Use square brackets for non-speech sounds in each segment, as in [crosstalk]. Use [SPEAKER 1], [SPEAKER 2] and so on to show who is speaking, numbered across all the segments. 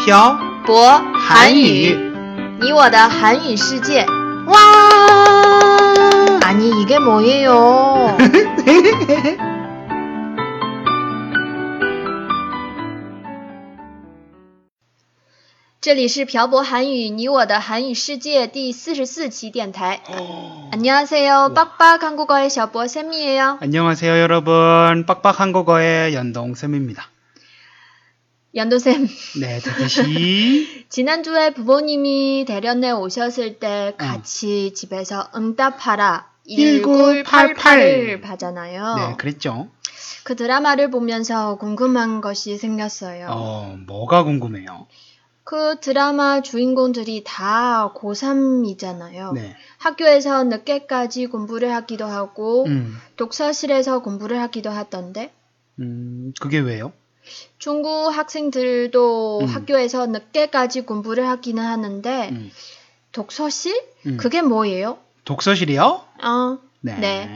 [SPEAKER 1] 朴
[SPEAKER 2] 博
[SPEAKER 1] 韩语
[SPEAKER 2] 你我的韩语世界。
[SPEAKER 1] 哇！
[SPEAKER 2] 아니 이게 뭐예요?这里是漂泊韩语你我的韩语世界第四十四期电台。안녕하세요，爸爸한국어의小博쌤이에요。
[SPEAKER 1] 안녕하세요 여러분 빡빡 한국어의 연동쌤입니다.
[SPEAKER 2] 연도 쌤,
[SPEAKER 1] 네
[SPEAKER 2] [laughs]
[SPEAKER 1] 대표씨
[SPEAKER 2] 지난주에 부모님이 대련에 오셨을 때 같이 집에서 응답하라 1988을 봐잖아요.
[SPEAKER 1] 네 그랬죠.
[SPEAKER 2] 그 드라마를 보면서 궁금한 것이 생겼어요.
[SPEAKER 1] 어 뭐가 궁금해요?
[SPEAKER 2] 그 드라마 주인공들이 다 고3이잖아요.
[SPEAKER 1] 네.
[SPEAKER 2] 학교에서 늦게까지 공부를 하기도 하고,
[SPEAKER 1] 음,
[SPEAKER 2] 독서실에서 공부를 하기도 하던데,
[SPEAKER 1] 음 그게 왜요?
[SPEAKER 2] 중국 학생들도
[SPEAKER 1] 음.
[SPEAKER 2] 학교에서 늦게까지 공부를 하기는 하는데,
[SPEAKER 1] 음,
[SPEAKER 2] 독서실?
[SPEAKER 1] 음.
[SPEAKER 2] 네. 그게 뭐예요?
[SPEAKER 1] 독서실이요?
[SPEAKER 2] 어,
[SPEAKER 1] 네.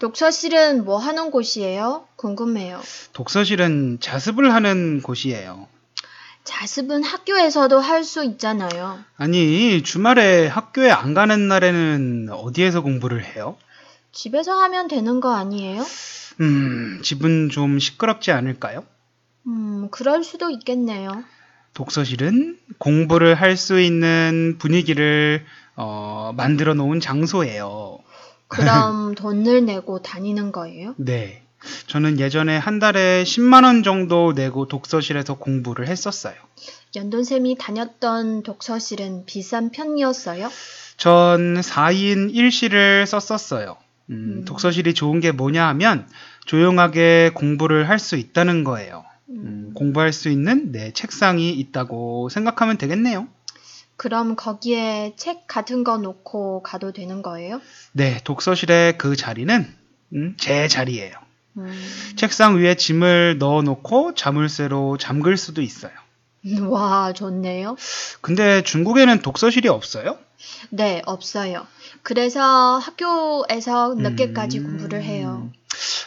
[SPEAKER 2] 독서실은 뭐 하는 곳이에요? 궁금해요.
[SPEAKER 1] 독서실은 자습을 하는 곳이에요.
[SPEAKER 2] 자습은 학교에서도 할 수 있잖아요.
[SPEAKER 1] 아니 주말에 학교에 안 가는 날에는 어디에서 공부를 해요?
[SPEAKER 2] 집에서 하면 되는 거 아니에요?
[SPEAKER 1] 음 집은 좀 시끄럽지 않을까요?
[SPEAKER 2] 음, 그럴 수도 있겠네요.
[SPEAKER 1] 독서실은 공부를 할 수 있는 분위기를 어, 만들어 놓은 장소예요. [laughs]
[SPEAKER 2] 그럼 돈을 내고 다니는 거예요?
[SPEAKER 1] 네. 저는 예전에 한 달에 10만 원 정도 내고 독서실에서 공부를 했었어요.
[SPEAKER 2] 연돈쌤이 다녔던 독서실은 비싼 편이었어요?
[SPEAKER 1] 전 4인 1시를 썼었어요. 음,
[SPEAKER 2] 음.
[SPEAKER 1] 독서실이 좋은 게 뭐냐 하면 조용하게 공부를 할 수 있다는 거예요. 음,
[SPEAKER 2] 음,
[SPEAKER 1] 공부할 수 있는 내 책상이 있다고 생각하면 되겠네요.
[SPEAKER 2] 그럼 거기에 책 같은 거 놓고 가도 되는 거예요?
[SPEAKER 1] 네, 독서실의 그 자리는 음, 제 자리예요.
[SPEAKER 2] 음,
[SPEAKER 1] 책상 위에 짐을 넣어놓고 자물쇠로 잠글 수도 있어요.
[SPEAKER 2] 음, 와, 좋네요.
[SPEAKER 1] 근데 중국에는 독서실이 없어요?
[SPEAKER 2] 네, 없어요. 그래서 학교에서 늦게까지
[SPEAKER 1] 음,
[SPEAKER 2] 공부를 해요.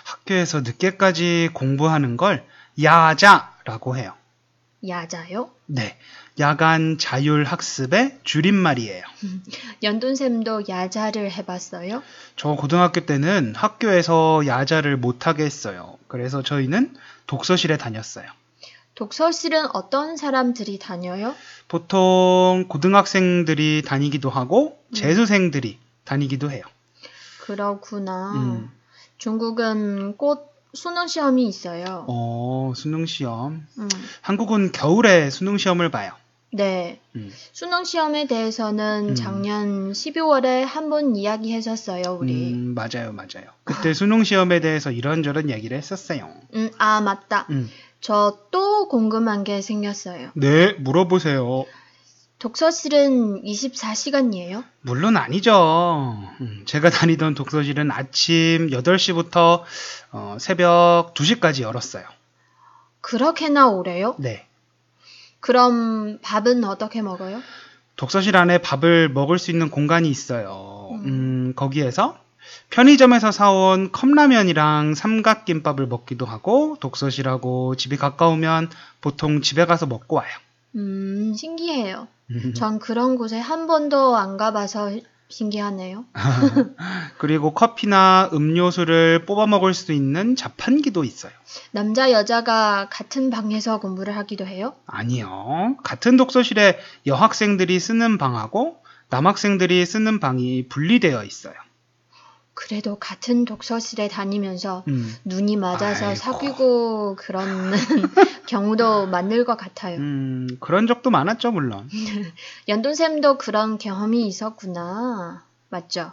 [SPEAKER 1] 학교에서 늦게까지 공부하는 걸 야자라고 해요.
[SPEAKER 2] 야자요?
[SPEAKER 1] 네. 야간 자율 학습의 줄임말이에요.
[SPEAKER 2] 연돈쌤도 야자를 해봤어요?
[SPEAKER 1] 저 고등학교 때는 학교에서 야자를 못하게 했어요. 그래서 저희는 독서실에 다녔어요.
[SPEAKER 2] 독서실은 어떤 사람들이 다녀요?
[SPEAKER 1] 보통 고등학생들이 다니기도 하고
[SPEAKER 2] 음.
[SPEAKER 1] 재수생들이 다니기도 해요.
[SPEAKER 2] 그렇구나.
[SPEAKER 1] 음.
[SPEAKER 2] 중국은 곧 수능 시험이 있어요.
[SPEAKER 1] 어, 수능 시험.
[SPEAKER 2] 음,
[SPEAKER 1] 한국은 겨울에 수능 시험을 봐요.
[SPEAKER 2] 네.
[SPEAKER 1] 음.
[SPEAKER 2] 수능 시험에 대해서는
[SPEAKER 1] 음.
[SPEAKER 2] 작년 12월에 한 번 이야기했었어요, 우리. 음.
[SPEAKER 1] 음, 맞아요, 맞아요. 그때 수능 시험에 대해서 이런저런 얘기를 했었어요.
[SPEAKER 2] 아, 맞다.
[SPEAKER 1] 음.
[SPEAKER 2] 저 또 궁금한 게 생겼어요.
[SPEAKER 1] 네, 물어보세요.
[SPEAKER 2] 독서실은 24시간이에요?
[SPEAKER 1] 물론 아니죠. 음, 제가 다니던 독서실은 아침 8시부터 어, 새벽 2시까지 열었어요.
[SPEAKER 2] 그렇게나 오래요?
[SPEAKER 1] 네.
[SPEAKER 2] 그럼 밥은 어떻게 먹어요?
[SPEAKER 1] 독서실 안에 밥을 먹을 수 있는 공간이 있어요. 음, 거기에서 편의점에서 사온 컵라면이랑 삼각김밥을 먹기도 하고 독서실하고 집이 가까우면 보통 집에 가서 먹고 와요. 음.
[SPEAKER 2] 음, 신기해요. 전 그런 곳에 한 번도 안 가봐서 신기하네요.
[SPEAKER 1] 그리고 커피나 음료수를 뽑아 먹을 수 있는 자판기도 있어요.
[SPEAKER 2] 남자, 여자가 같은 방에서 공부를 하기도 해요?
[SPEAKER 1] 아니요. 같은 독서실에 여학생들이 쓰는 방하고 남학생들이 쓰는 방이 분리되어 있어요.
[SPEAKER 2] 그래도 같은 독서실에 다니면서
[SPEAKER 1] 음.
[SPEAKER 2] 눈이 맞아서
[SPEAKER 1] 아이고.
[SPEAKER 2] 사귀고
[SPEAKER 1] [laughs]
[SPEAKER 2] 그런 경우도 많을 것 같아요.
[SPEAKER 1] 음, 그런 적도 많았죠, 물론.
[SPEAKER 2] 연돈쌤도 그런 경험이 있었구나. 맞죠?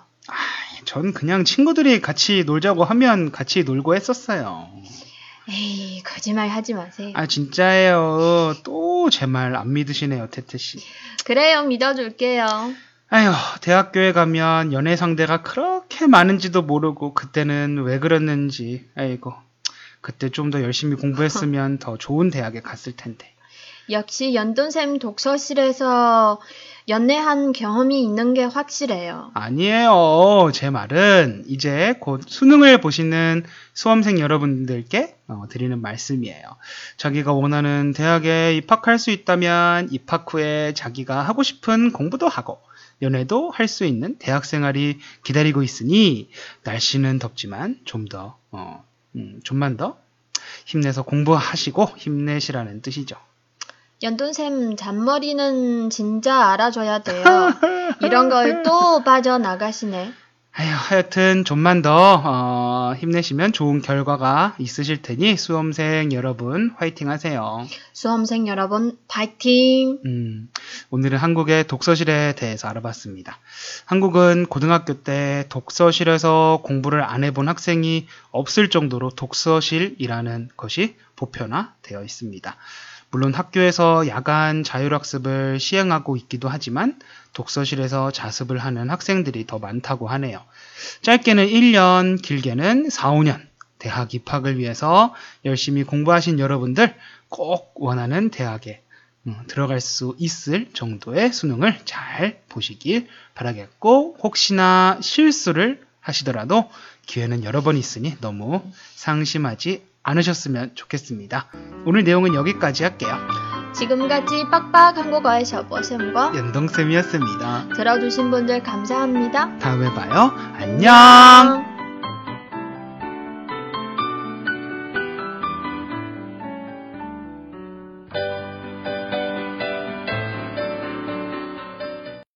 [SPEAKER 1] 전 그냥 친구들이 같이 놀자고 하면 같이 놀고 했었어요.
[SPEAKER 2] 에이, 거짓말 하지 마세요.
[SPEAKER 1] 아, 진짜예요. 또 제 말 안 믿으시네요, 태태씨.
[SPEAKER 2] 그래요, 믿어줄게요.
[SPEAKER 1] 아휴, 대학교에 가면 연애 상대가 그렇게 많은지도 모르고 그때는 왜 그랬는지, 아이고. 그때 좀 더 열심히 공부했으면 더 좋은 대학에 갔을 텐데.
[SPEAKER 2] 역시 연돈쌤 독서실에서 연애한 경험이 있는 게 확실해요.
[SPEAKER 1] 아니에요. 제 말은 이제 곧 수능을 보시는 수험생 여러분들께 어, 드리는 말씀이에요. 자기가 원하는 대학에 입학할 수 있다면 입학 후에 자기가 하고 싶은 공부도 하고 연애도 할 수 있는 대학 생활이 기다리고 있으니 날씨는 덥지만 좀 더, 어, 음, 좀만 더 힘내서 공부하시고 힘내시라는 뜻이죠.
[SPEAKER 2] 연돈쌤, 잔머리는 진짜 알아줘야 돼요. 이런 걸
[SPEAKER 1] [laughs]
[SPEAKER 2] 또 빠져나가시네.
[SPEAKER 1] 에휴, 하여튼 좀만 더 어, 힘내시면 좋은 결과가 있으실 테니 수험생 여러분 화이팅 하세요.
[SPEAKER 2] 수험생 여러분, 파이팅!
[SPEAKER 1] 음, 오늘은 한국의 독서실에 대해서 알아봤습니다. 한국은 고등학교 때 독서실에서 공부를 안 해본 학생이 없을 정도로 독서실이라는 것이 보편화되어 있습니다. 물론 학교에서 야간 자율학습을 시행하고 있기도 하지만 독서실에서 자습을 하는 학생들이 더 많다고 하네요. 짧게는 1년, 길게는 4, 5년. 대학 입학을 위해서 열심히 공부하신 여러분들 꼭 원하는 대학에 음, 들어갈 수 있을 정도의 수능을 잘 보시길 바라겠고 혹시나 실수를 하시더라도 기회는 여러 번 있으니 너무 상심하지 않으셨으면 좋겠습니다. 오늘 내용은 여기까지 할게요.
[SPEAKER 2] 지금까지 빡빡한 국어의 셔버쌤과
[SPEAKER 1] 예. 연동쌤이었습니다.
[SPEAKER 2] 들어주신 분들 감사합니다.
[SPEAKER 1] 다음에 봐요. 안녕!